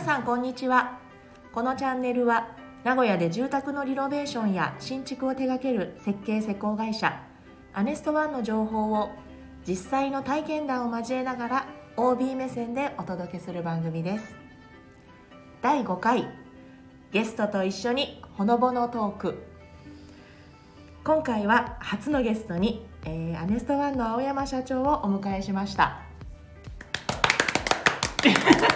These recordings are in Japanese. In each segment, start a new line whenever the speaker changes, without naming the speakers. さんこんにちはこのチャンネルは名古屋で住宅のリノベーションや新築を手掛ける設計施工会社アネストワンの情報を実際の体験談を交えながら OB 目線でお届けする番組です第5回ゲストと一緒にほのぼのトーク今回は初のゲストに、えーアネストワンの青山社長をお迎えしました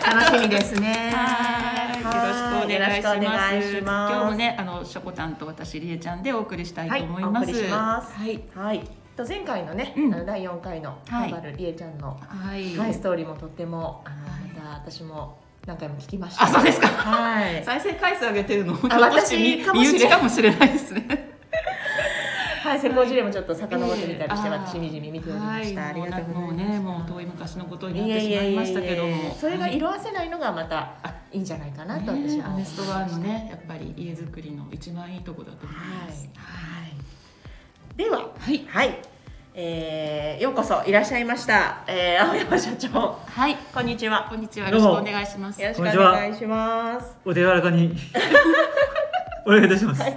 楽しみですね
はい、よろしくお願いします。
よろくお願いしす
今日もね、あのしょこたんと私りえちゃんでお送りしたいと思い
はいお
ます。
送りします
はい、
はい、と前回のね、
うん
あの第4回の
は
ハ
い
ーバルりえちゃんの、
はい
はい、ストーリーもとってもあのまた私も何回も聞きました
あ、そうですか。
はい、
再生回数上げてるの、
私
ひょっとして
かも
身
しれない
内かもしれないですね。
はい、施工事例もちょっと遡ってみたりして、
ええ
私しみじみ見ておりました、
はい
ありがとうござい
も
ま
う
す
ね、もう遠い昔のことになってしまいましたけど
いえいえいえい
も
え、それが
はい
色あせないのがまたいいんじゃないかなと私
ね
は
ア
思い
ネ
ま
ス
す
トワンのね、やっぱり家づくりの一番いいとこだと思い
はい
ます。
はいでは
はい、
はい、えー、ようこそいらっしゃいました、えー、青山社長
はい、
こんにちは
こんにちは、よろしくお願いします。
よろし
は
くお願いします
お手柔らか にお願いいたします。
は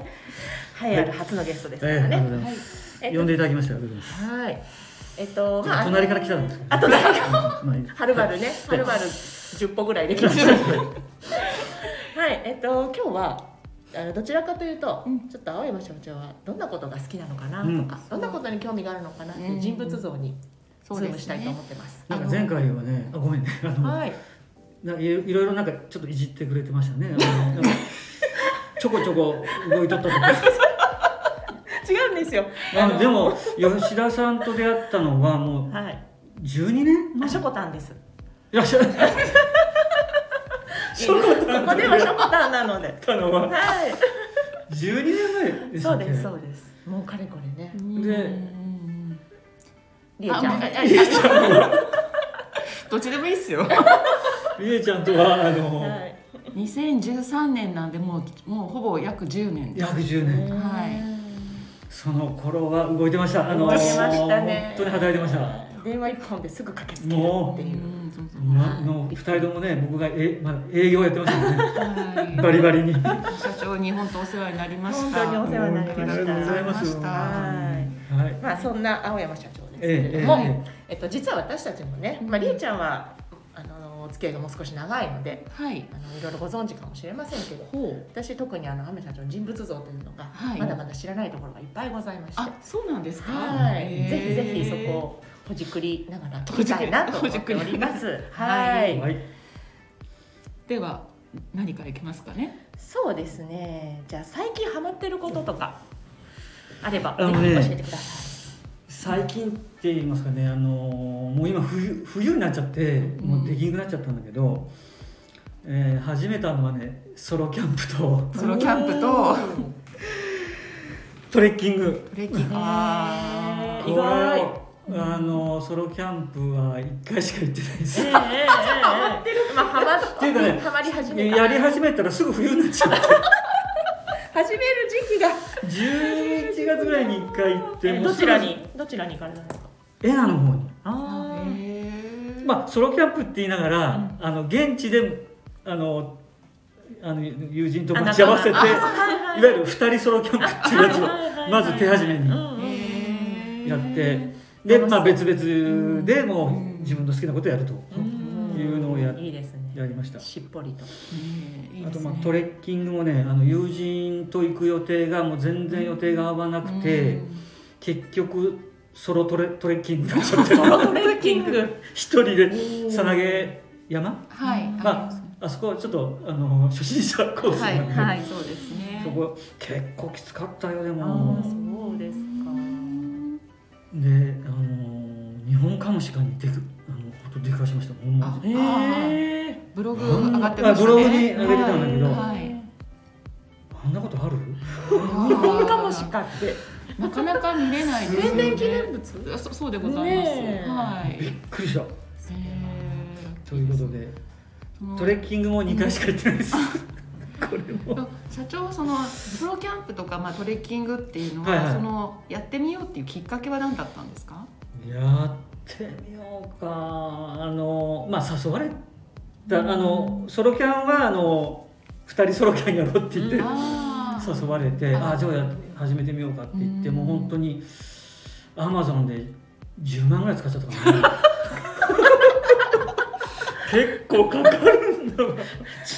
はいい、
はい、ある初のゲストですから
ええありがと
ね。
うございま
い、
す。
えっと
呼んでいただきましてありがとうござい
はい。えっと、ま
ます。
あ、
隣から来たんですけど。
あとなんか、
うんまあいいです
はるばるね、はるばる十歩ぐらいできました。はい、えっと、今日は。あのどちらかというと、
うん
ちょっと青山社長はどんなことが好きなのかなと
うん
か、どんなことに興味があるのかなっていう人物像にズ
そう
ー
で
ムし
す
たいと
ね
思。ってます。
なんか前回はね、あごめんね、あの、
はい、
ないろいろいろなんかちょっといじってくれてましたね。あのな んかちょこちょこ動いとったとか。
違うんですよ。
あのでも吉田さんと出会ったのはもう
はい、
12年
あ
前。
しょこたんです。
いらっしゃる。しょこたん
ここではしょこたんなので。
たのは
は
12年前で
い、
した
そ
っ
う
け
です、そうです。もうかれこれね。
うん
りえちゃん。
あもう
は
あいやどっちでもいいっすよ。
りえちゃんとはあの、
い。
2013年なんでもうもうほぼ約10年です。
約10年。その頃は動いてました。あの
動いてましたね
本当に働いてました。
電話一本ですぐ駆けつける
も
っ
う
ていう。
んそうそう
まの二人ともね、僕がえまあ営業やってましたもん ね。バ
は
リバリに。
い社長に本当お世話になりまし
本
た。
当にお世話になりま
あ
し
りがとうござい
た。
ます。
は
はい。
まあそんな青山社長ですけ
ええ
れ
え
ど
え
も、え
え。
っと実は私たちもね、まありえちゃんはあのお付き合いがもう少し長いので、
はい。
あのいろいろご存知かもしれませんけど、
ほう。
私特にあの青山社長の人物像というのが
はい
まだまだ知らないところがいっぱいございまして、
あ、そうなんですか。
はい。
へー
ぜひぜひそこ。をほじくりながら聞きたいなと思っております。は
はい
い。
はい。
では何からいきますかね。
そうですね。じゃあ最近ハマってることとかあれば
あ
ぜ
のね
ひ教えてください。
最近って言いますかね、あのもう今冬冬になっちゃって、もうできなくなっちゃったんだけど、えー始めたのはね、ソロキャンプと
ソロキャンプと
トレッキング。
トレッキング。
あー
これをあのソロキャンプは一回しか行ってないです。
ハマってる。まあハマって
いうかね
ハマり始め
で
た。
やり始めたらすぐ冬になっちゃって
始める時期が。
11月ぐらいに1回行って
え
もう
どちらにどちらに行かれたんですか。
エナの方に
あー
へー
まあソロキャンプって言いながら、あの現地であのあの友人と待ち合わせてい
あ仲間
わゆる2人ソロキャンプっていうやつを
はいはいはいはい
まず手始め
うんうん
に
うん
へー
やって
楽し
で
そう
まあ別々でも
うん
う自分の好きなことやると
うん
いうのをや
いいですね。
やりました
しっぽりと。
ねえいい
あ
で
と
す
ま
ね
あトレッキングもねあの友人と行く予定がもう全然予定が合わなくて
うん
結局ソロトレトレッキングになっちゃって
トレッキング。
一人でさなげ山
はい。
まああそこはちょっとあの初心者コース
は
なん
い、
で、
はい、そうですね。
そこ結構きつかったよで
あ
も
あそうですか。
であの日本カムシカにでくあの本当でかしましたほんまに
えブログ上がって
あ
ましたね。
ブログに上げてたんだけど、
はい
あんなことある
日本カモシカって
なかなか見れないですよ
天
ね。
然記念物。
あそそうでございます。
ねえ
はい
びっ。くりした
え
ということで
ー
トレッキングも2回しか行ってないですこれも
社長はそのプロキャンプとかまあトレッキングっていうのは、
はいはい
そのやってみようっていうきっかけは何だったんですか？
やってみようかあのまあ誘われだあのソロキャンはあの2人ソロキャンやろうって言って
あー
誘われて「
あ
あじゃあや始めてみようか」って言って
うん
もう本当にアマゾンで10万ぐらい使っちゃったからね結構かかるんだわ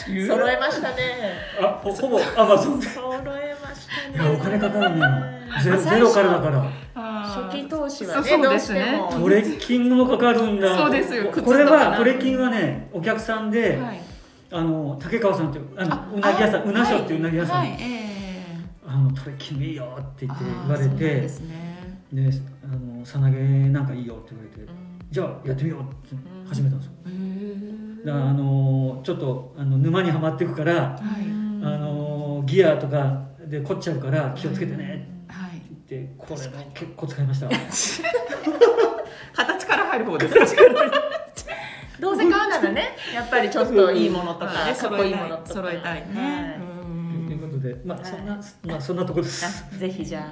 揃えました ね
あほほぼアマゾンで
揃えました
い
ね
やお金かかるね 今ゼロ
あ最
ゼ
初
ロからだから
あー
初期投資はね
そう
ど
そう
う
で
し
す
て
ね
も
トレッキングもかかるんだ
そうですよ
こ
靴と
こ
か
れ
な
はトレッキングはねお客さんで、
はい
あの竹川さんっていうあの
あ
うなぎ屋さん
はいう
なしょっていううなぎ屋さん、
はいえ
あのトレッキングいいよって
え
言って
あー
言われ
そうなん
て
ですね
であのさなげなんかいいよって言われて
うん
じゃあやってみようって始めたんですよ
へー
だからあのちょっとあの沼にはまっていくから、
はい
あのギアとかで凝っちゃうから気をつけてね
はい
って言ってこれ結構使いました
形から入る方です
どうせ買うならねやっぱりちょっといいものとかねかっこいいものとか
揃えたいね
は
ということでま
は
あ
い
そんな、まあそんなとこです
いあぜひじゃ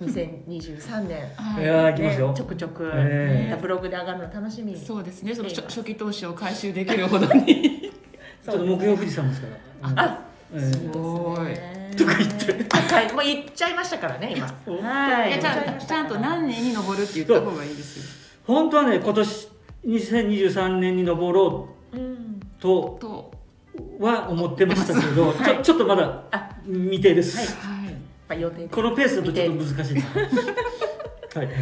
あ2023年
はいい
やー行きますよ
ねちょくちょく
え
え
またブログで上がるの楽しみに
そうですねその初初期投資を回収できるほどに
ちょっと目標富士山ですからうん
あ
え
す
ー
ごい
ね
とか言って
はいもう言っちゃいましたからね今はい
やちゃんちゃんと何年に上るって言った方がいいです
本当はね今年2023年に登ろ
うん
うと
よと
は思ってましたけど、ちょちょっとまだ
あ
未定です、
はい
まあ予定
このペースだとちょっと難しいなはい
はい、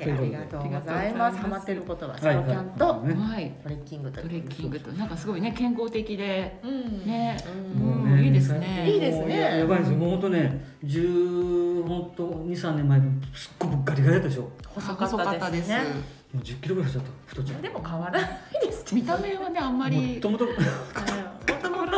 ありがとうございます。ハマってることはサ
はい
ロキャンと
はい
はい
トレッキングと
トレッキングとなんかすごいね健康的で
うん
ね
うん
もうんいいですね
いいですね
もうややばいですよもうほんとね10本当23年前すっごくガリガリだったでしょも
細かったですね。
う1 0キロぐらいしちゃった太っちゃっ
で
た
も変わら ないですけど
見た目はねあんま
も
り
ともと
うんもともと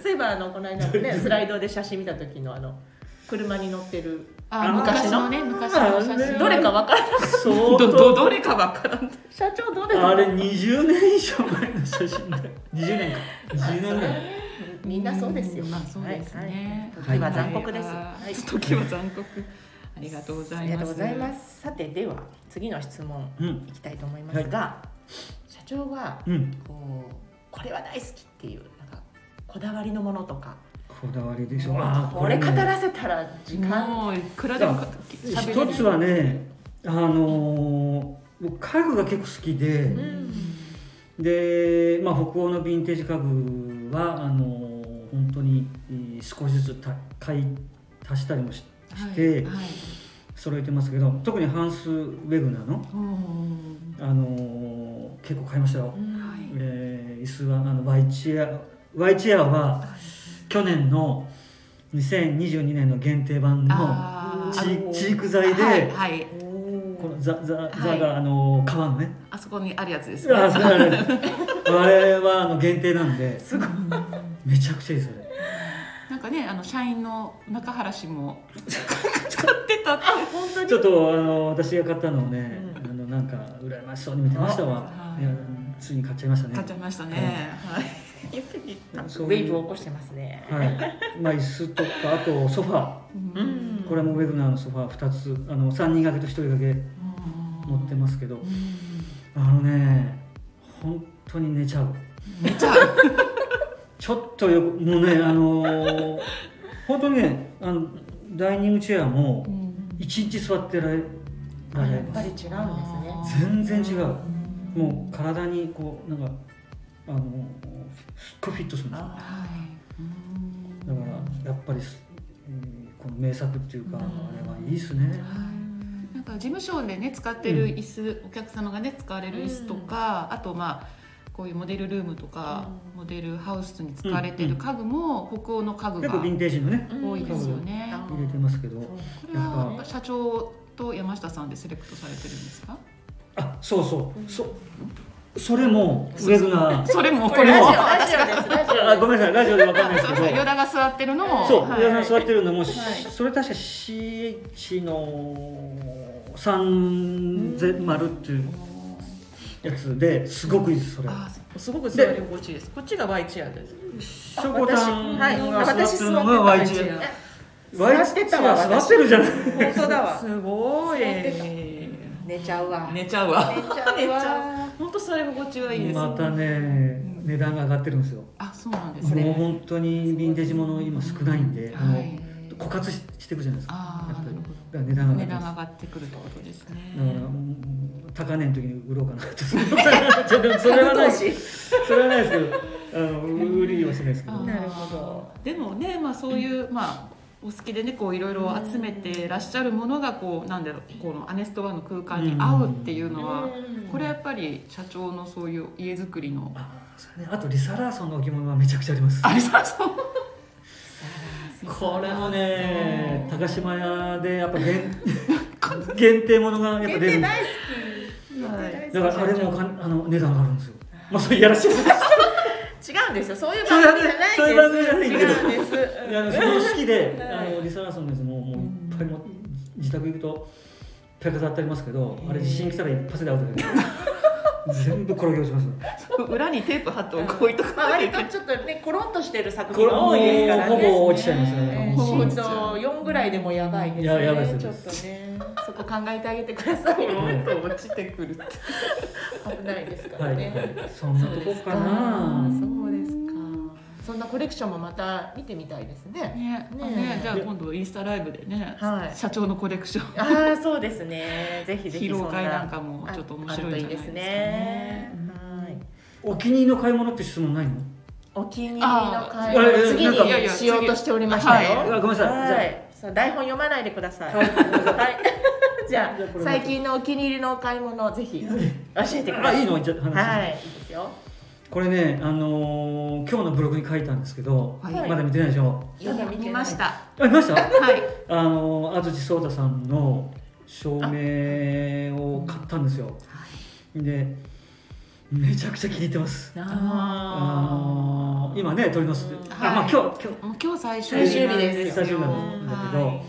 そういえばあのこの間のねスライドで写真見た時のあの車に乗ってる
あ
あ
昔のね昔の
あ
写
ね
真
どれかわからない
相
どど
当
どれかわからん
社長どうですか
あれ20年以上前の写真だ20年か20年ぐらい
みんなそうですよ
まあそうですね
はいはい時は残酷ですはい
時は残酷ありがとうござ
あ
い
り
ます
がとうございますさてでは次の質問
うん
いきたいと思いますが、社長は
うん
こうこれは大好きっていうなんかこだわりのものとか
こだわりでしょー
これ語
ね
らせたら時間
もういくらでも喋れ
一
る
つはねあのー僕家具が結構好きで、
う
で、まあ、北欧のヴィンテージ家具はあのー本当にえー少しずつた買い足したりもしし
は
て
いはい
揃えてますけど特にハンス・ウェグナーの、
おー
あのー結構買いましたよ、
はい
えー椅子はあのワイチェアワイチェアは去年の2022年の限定版の
あ
チ
ー
あのー
チーク材で、
はいはい
この
お
ザザ
い
ザがあの革のね、
あそこにあるやつですね
あそうなんですあれはあの限定なんで
ごい
めちゃくちゃいいそれ
なんかねあの社員の中原氏も使ってたって
本当に
ちょっとあの私が買ったのをね、
うん
あのなんか羨ましそうに見てましたわ
あ
いやついに買っちゃいましたね
買っちゃいましたねはい
なんかウェーブを起こしてますね。
はいまあ椅子とかあとソファ
う
ーこれもウェグナーのソファー2つあの3人掛けと1人掛け持ってますすけど、あのね本当に寝ちゃう
めっちゃある
ちょっとよくもうねあのー本当にねあのダイニングチェアも一日座ってられら
や
れ
っ
ま
ぱ
す
り違うんですね。
全然違うもう体にこうなんかあのすっごいフィットするんですよ
はいうん
だからやっぱりす、うんこの名作っていうか、
うん
あれはいいですね、
はいなんか事務所でね使ってる椅子、お客様がね使われる椅子とか、あとまあこういうモデルルームとか、
うん
モデルハウスに使われてる家具も、北欧の家具
結
が
構ヴィンテージのね
多いですよね。
うん
入れてますけど
これは社長と山下さんでセレクトされてるんですか？
あそうそう、
うん
そそれもウェグナー
それも
こ
こ
れ
れ
ラジ
も
オ。ラジオです。ラジ
あ
オ
ごめんなさいラジオでわかんないですけ
そう
ど
そうヨダが座ってるのも。
そう、
はい
皆さん座ってるのも、し
はい
それ確か CH の30っていうやつですごくいいですそれ
あそうすごく座り心地いいです。こっちが Y チェアです。
ショコタン
はい
が座ってるのが
私
Y
座
チ
って
ェ
た座っ
ア Y
てた
チェ
わ
ア座ってるじゃない
です。本当だわ。
すごい。
寝ちゃうわ。
寝ちゃうわ。
寝ちゃうわ。
本当座り心地がいいです。
またね
うん
値段が上がってるんですよ
あ、そうなんです
もう
ね。
本当にヴィンテージもの今少ないんで、あの
はい。
枯渇ししていくじゃないですか
あ
や
あ、
っぱ
な
り
る
だか
ほど。
ら値段が
値
上
段
がって
が
ま
上がってくるってことですね。
すだからもう高値の時に売ろうか なってそれはないしそれはないですけどあの売りはしないですけど
あー
なるほど。
でもね、まあそういう、まあ。お好きでね、こういろいろ集めてらっしゃるものがこうなんだろうこのアネストワの空間に合うっていうのは、これはやっぱり社長のそういう家づくりの
あそれねあとリサ・ラーソンの置物はめちゃくちゃあります
あれさそう
これもね高島屋でやっぱ限限定ものがやっぱ出るんです
大好
はい
き
だからあれもお金あの値段があるんですよまあそれやらしいです
違うんですよ。そういう番組じゃないんです。
そういう番組じゃないんだけど
違うんです。
いやそれも好きで、
はい
あのリサ・ラーソンのやつももういっぱいも自宅行くといっぱい飾ってありますけどあれ地震来たら一発でアウトだけど 全部転げ落ちます
裏にテープ貼っておこういうとこ
まあ 割とちょっとねコロンとしてる作品が多いですからね。
これもうほぼ落ちちゃいます
ね
ね。
ほぼ
身
落ちちゃう
長四ぐらいでもやばいですね。
いややばいです
ちょっとね、そこ考えてあげてください。
コロンと落ちてくるって
危ないですか
は
ら
い、
ね。
はい、そんなとこかな
そうですか。そんなコレクションもまた見てみたいですね。
ね
ね
あねじゃあ今度インスタライブでね、
はい
社長のコレクション
ああそうですね。ぜひぜひ
披
そん
露
な
会なんかもちょっと面白いんじゃないですかね。
あるといいですねはい。
お気に入りの買い物って質問ないの
お気に入りの会
あー
話次
なんか
にしようとしておりました
は
よ。
あごめんなさいじゃあ
はい。そう台本読まないでください。
は
はいい。 じゃ
じゃあこ
あ
れ
最近のお気に入りのお買い物をぜひ教えてくだ
あ
さい。
いいのじゃあ話、
はい。いいですよ。
これねあのー今日のブログに書いたんですけど、
はい
まだ見てないでしょ
まだ見てない
見ました。
あ見ました
はい。
あの安土聡太さんの照明を買ったんですよ。でめちゃくちゃ気に入ってます。あの
今
今ね鳥の巣
うん
あ、
はい
まあ今日今日
もう今日最終
最終日ですす
よ
最終日なんだけど
はい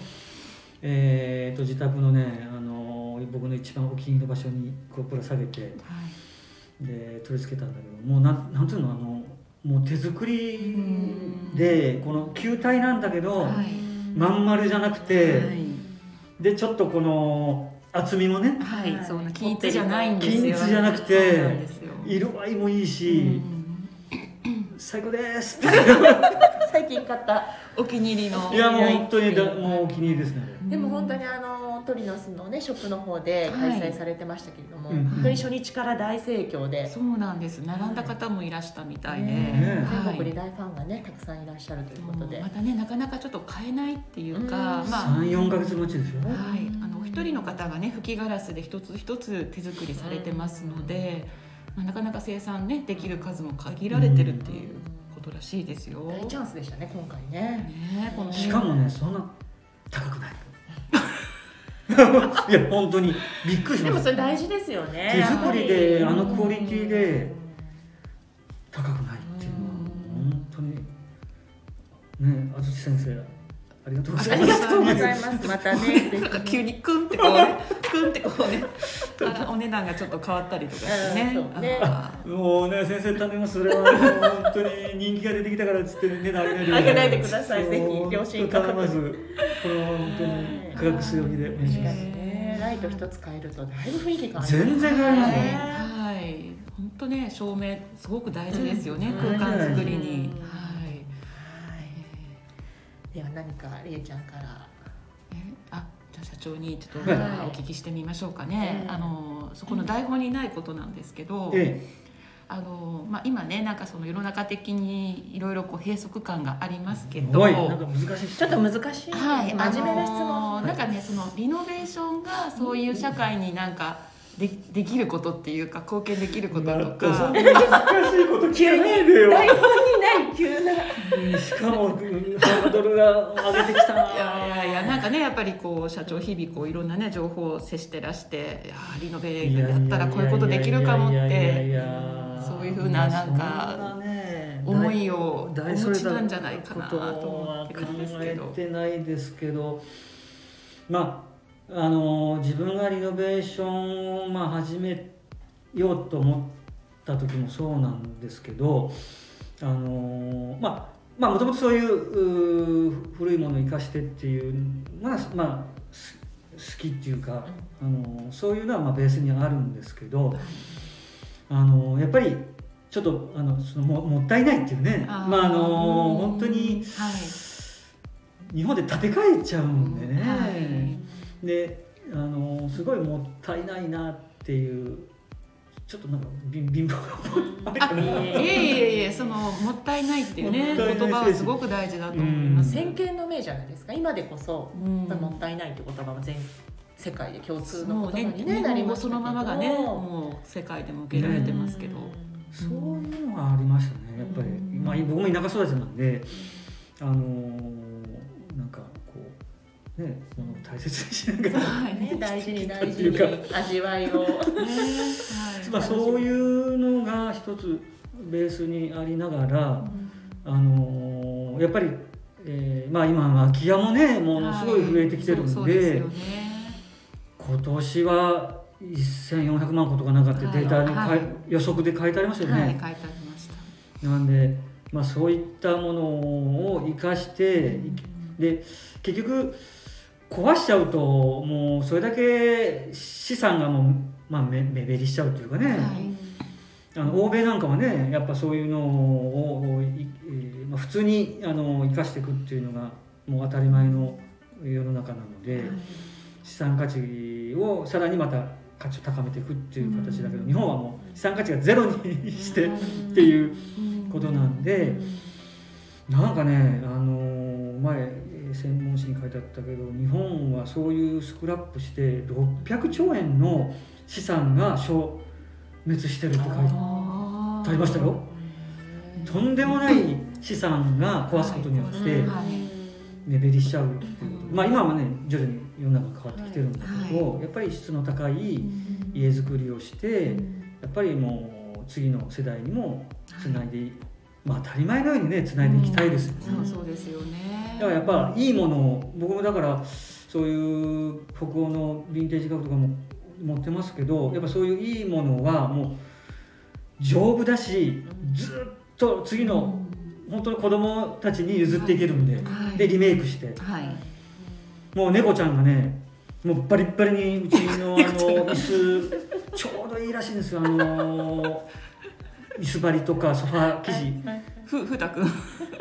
えー、と自宅のねあの僕の一番お気に入りの場所にこうぶら下げて
はい
で取り付けたんだけどもうなんなんつうのあのもう手作り
うん
でこの球体なんだけど、
はい
まん丸じゃなくて、でちょっとこの厚みもね
はい、
はい
そんな均一じゃないんですよ。
均一じゃなくて
そうなんですよ。
色合いもいいし。
うん
最高ですって
最近買った。
お気に入りの。
いやもう本当にだ
うん
もうお気に入りですね
でも本当にあの鳥の巣のねショップの方で開催されてましたけれども、
はい
本当に初日から大盛況で。
そうなんです。並んだ方もいらしたみたいで。
ね
はい
全国に大ファンがねたくさんいらっしゃるということで、
またねなかなかちょっと買えないっていうか、
うん
まあ。
三四ヶ月待ちでしょ
はい、あのお一人の方がね吹きガラスで一つ一つ手作りされてますので、まあ、なかなか生産ねできる数も限られてるっていうことらしいですよ。
大チャンスでしたね今回ね
ねこの
しかもねそんな高くない いや本当にびっくりし
で
ま
も
し
そ
た
れ大事ですよね
手作りで
やっ
あ
ぱり
のクオリティで高くないっていうのは本当にね安土先生ありがとうござ
あ
い
り
ます
がとうございますまたねぜ
なんか
ひ
急にクンってこうね、クンってこうね、あのお値段がちょっと変わったりとかしてね
うんそうね。
あ
もうね先生頼みますそれはもう本当に人気が出てきたからっつって値段上げないでください
上げないでくださいぜひ良心価格
本当頼まずこれは本当に価格据え置きでお願いし
確
ま
か
す
にねライト一つ変えるとだいぶ雰囲気変わる
全然
ー
変わりますね
はい、本当ね、照明すごく大事ですよね、
うん
空間作りに
うん。
はい。
では何かりえちゃんから
えあ、じゃあ社長にちょっとお
はい
聞きしてみましょうかね。
うん
あのそこの台本にないことなんですけど。
え
あのまあ、今ねなんかその世の中的にいろいろこう閉塞感がありますけ
え、
ど
おいなんか難しい
ちょっと難しい、
はい、
真面目な質
あの
問
ーなんかねそのリノベーションがそういう社会になんかでできることっていうか貢献できること
ま
と
たそん
か
な難しいこと聞かないでよ
台本にない急な
しかもハードルが上げてきた
いやいやいやなんかねやっぱりこう社長日々こういろんなね情報を接してらしていやーリノベーションやったらこういうことできるかもっ
いやいやい
て
やいやいや
そういうふうななんか
そんなね
思いをお
大
持ちなんじゃないかなと思って
考
るんですけ
え
ど。
てないですけどまああの自分がリノベーションをまあ始めようと思った時もそうなんですけどあのまあまあもともとそういううー古いものを生かしてっていうのがまあす好きっていうか、あのそういうのはまあベースにあるんですけど、あのやっぱりちょっとあのそのももったいないっていうね
あー
まああ
うん
の本当に
はい
日本で建て替えちゃうんでね、
はい
であのすごいもったいないなっていうちょっとなんか貧貧乏があれかな
あいえいえいえそのもったいないっていうね
もったいない
言葉はすごく大事だと思います。
先見の明じゃないですか今でこそ、
うん
もったいないって言葉も全世界で共通
も
の
う
言
ね
葉に、ね、
日
なり
本
ま
語
した
そ
けど
のままがねもう世界でも受けられてますけど、
そういうのがありましたねやっぱり、
うん
まあ、僕も田舎育ちなんであのなんかこうねものを大切にしな がら
はい
ね、大事に大事
という
に味わいを
まあ、そういうのが一つベースにありながら、あのーやっぱり、えーまあ、今は空き家もねものすごい増えてきてるんで,、
そうそうですよね
今年は1400万個とかなんかってデータにかい、
はい
予測で書いてありましたよ
は
ね。
い書いてありました。
なんで、まあ、そういったものを生かして、で結局壊しちゃうともうそれだけ資産がもう、まあ、目目減りしちゃうというかね、
はい
あの欧米なんかはねやっぱそういうのを、いえーまあ、普通にあの生かしていくっていうのがもう当たり前の世の中なので、資産価値をさらにまた価値を高めていくっていう形だけど、日本はもう資産価値がゼロに してっていうことなんで、なんかね、あのー前えー専門誌に書いてあったけど日本はそういうスクラップして600兆円の資産が消滅してるって書いてある
あ
ありましたよとんでもない資産が壊すことによっ
う
て
んはい
目減りしちゃうっていうこと、まあ、今はね徐々に世の中変わってきてるんだけど、
は
やっぱり質の高い家づくりをしてやっぱりもう次の世代にもつないでいまあ当たり前のようにねつないでいきたいですよね、
うんそうそうですよね。
だからやっぱいいものを僕もだからそういう北欧のヴィンテージ家具とかも持ってますけどやっぱそういういいものはもう丈夫だしずっと次の本当の子供たちに譲っていけるんで、
はい
でリメイクして
はい。
もう猫ちゃんがねもうバリッバリにうち のあの椅子ちょうどいいらしいんですよあの椅子張りとかソファー生地
ふふたくん。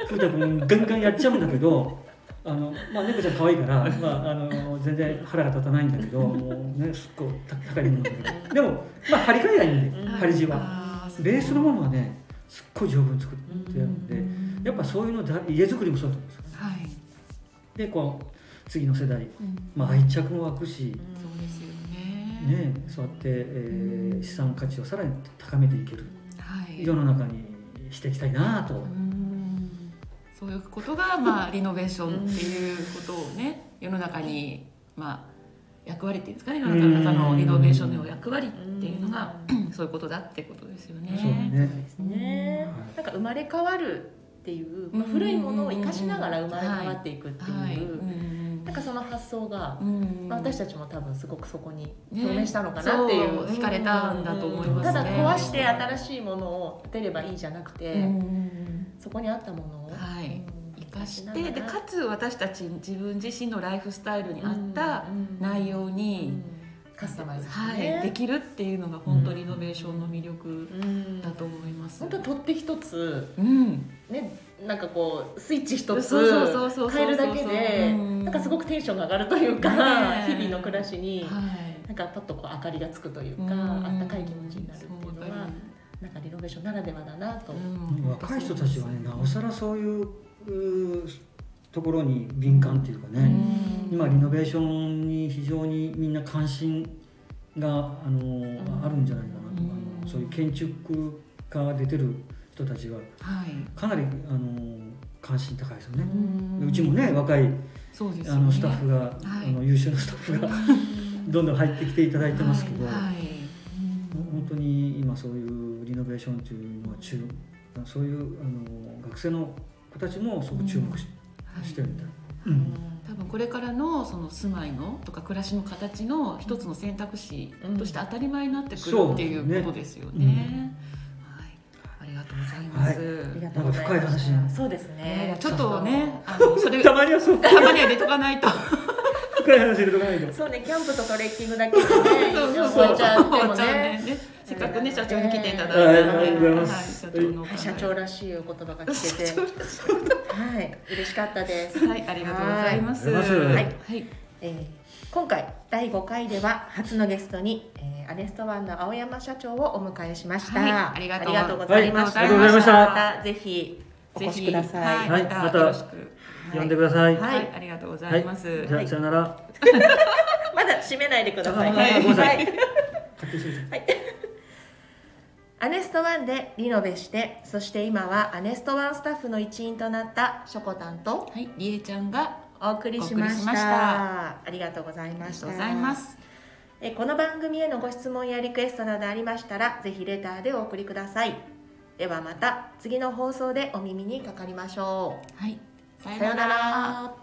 古田君ガンガンやっちゃうんだけどあの、まあ、猫ちゃん可愛いから、まあ、あの全然腹が立たないんだけどもうねすっごい高いもんだけどでも、まあ、張り替えないんで張り地は
あー
ベースのものはねすっごい丈夫に作ってあるんで
うん
やっぱそういうのだ家作りもそうだと思うんですよ
はい。
でこう次の世代、
うん
まあ、愛着も湧くし、
そうですよね。
ね、そうやって、えー資産価値をさらに高めていける
はい。
世の中にしていきたいなと。
うんそういうことがまあリノベーションっていうことをね世の中にまあ役割っていうんですかね世の中の中のリノベーションの役割っていうのがそういうことだってことですよ
そうだ
ね。
ね
ですねな
は。
んか生まれ変わるっていう、まあ、
うん
古いものを生かしながら生まれ変わっていくって
はい。
いうう、
ん
なんかその発想が、
うん
まあ、私たちも多分すごくそこに
ね
共鳴したのかなっていう
そう惹かれたんだと思います
た
ね
だ壊して新しいものを出ればいいじゃなくて、
うん
そこにあったものを、
はい生かし
生
て
かしなが
で
ら
かつ私たち自分自身のライフスタイルに合った内容
うん
に、
カスタマイズしてね、
はい、できるっていうのが本当にリノベーションの魅力
うん
だと思います。
本当取っ手一つ
うん
ねなんかこうスイッチ一つ
そうそうそうそうそう
変えるだけで
うん
なんかすごくテンションが上がるというか、
ねえ
日々の暮らしに、
はい
なんかパッとこう明かりがつくというか、
うん
あったかい気持ちになるっていうの
そうやっ
は
ぱ
なんかリノベーションならではだなと、
りうん
若い人たちはねなおさらそういううーところに敏感っていうか
う
ね、
ん
今リノベーションに非常にみんな関心が、あのー
うん
あるんじゃないかなとか、
うん
そういう建築家が出てる人たちは
はい
かなり、あのー関心高いですよね、
う
うちもね若い
そうです
あ
よね
のスタッフが、
はい
あの優秀なスタッフがどんどん入ってきていただいてますけど、
はいはい
本当に今そういうリノベーションというのは中そういうあの学生の子たちもすごく注目し,、
はい
てるみたい、
多分これからのその住まいのとか暮らしの形の一つの選択肢として当たり前になってくるっていうことですよ
そうですね
ね。はい、ありがとうございます。
ありが
ね
とうございま
なんか深い
し
話だ
た
な
そうですね
ちょっとね、あのそれ
たまにはそう
たまには入れとかないと。
くらい話入れとかないと
そうね、キャンプとトレッキングだけでね、
そうそう そう
終わっちゃっても
終わっちゃう
ね。
ねでせっかくね社長に来ていただ
はいい
たの
あり
で
がとうございま
はい
す
社長のお考え
社長らしいお言葉が聞 けて、はい、嬉しかったです。
はいありがとうございます
はいありがとうござ
います
はい
えー今回第5回では初のゲストに、えーアネストワンの青山社長をお迎えしました、
はいありがとう
ございました、
はいありがとうございました
またぜひお越しください、
は、
はいい
ま
ま
た
た
よろしく。
呼んでください、
はい
はい、ありがとうございます。
じゃあさよなら
まだ閉めないでください、
あはい
は
ごめんなさ
いはいアネストワンでリノベしてそして今はアネストワンスタッフの一員となったしょこたんと
はい、りえちゃんが、
お送りしま
お送り
し
したました
ありがとうござい
あ
ま
りが
し
と
た
うございます。
えーこの番組へのご質問やリクエストなどありましたらぜひレターでお送りくださいではまた次の放送でお耳にかかりましょ
はい、さ
う
よ
さよう
う
な
なら。
ら